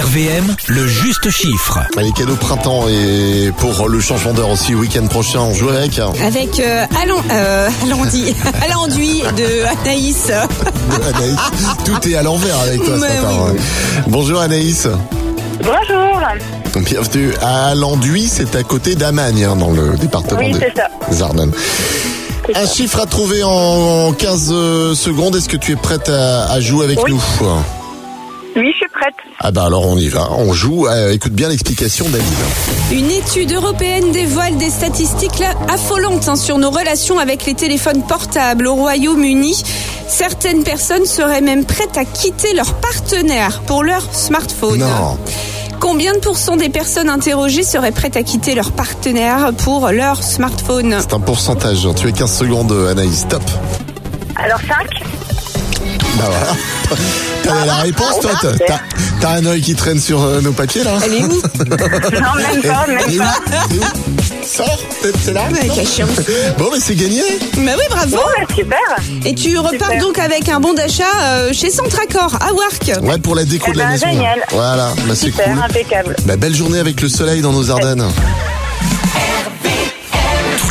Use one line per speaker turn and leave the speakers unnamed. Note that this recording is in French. LVM, le juste chiffre.
Les cadeaux printemps et pour le changement d'heure aussi, week-end prochain, on joue avec.
Avec euh, Alain, euh, Alandi, Alanduy de Anaïs.
Anaïs, tout est à l'envers avec toi ce
Mais
matin.
oui.
ouais. Bonjour Anaïs.
Bonjour.
Bienvenue à l'enduit, c'est à côté d'Amagne, hein, dans le département
Oui,
des
c'est ça.
Ardennes. Un chiffre à trouver en 15 euh, secondes. Est-ce que tu es prête à, à jouer avec
Oui.
nous
Oui, je suis prête.
Ah bah alors on y va. On joue. Euh, écoute bien l'explication, David.
Une étude européenne dévoile des statistiques là affolantes hein, sur nos relations avec les téléphones portables au Royaume-Uni. Certaines personnes seraient même prêtes à quitter leur partenaire pour leur smartphone.
Non.
Combien de pourcents des personnes interrogées seraient prêtes à quitter leur partenaire pour leur smartphone
C'est un pourcentage. Tu as 15 secondes, Anaïs. Top.
Alors 5
Bah voilà. T'avais la réponse, toi T'as- t'as- T'as un œil qui traîne sur euh, nos papiers, là
Elle est où Ah
Non, même
Eh,
pas,
elle
même
est où
pas.
Elle est où Sors, t'es- t'es là
bah, Elle est cachée en dessous.
Bon, mais c'est gagné
Bah oui, bravo
Bon, bah, super.
Et tu repars
Super.
donc avec un bon d'achat euh, chez Centracor, à Wark.
Ouais, pour la déco
Eh
de la
ben,
maison.
génial.
Voilà, bah, c'est
Super,
cool.
impeccable.
Bah, belle journée avec le soleil dans nos Ardennes.
Tous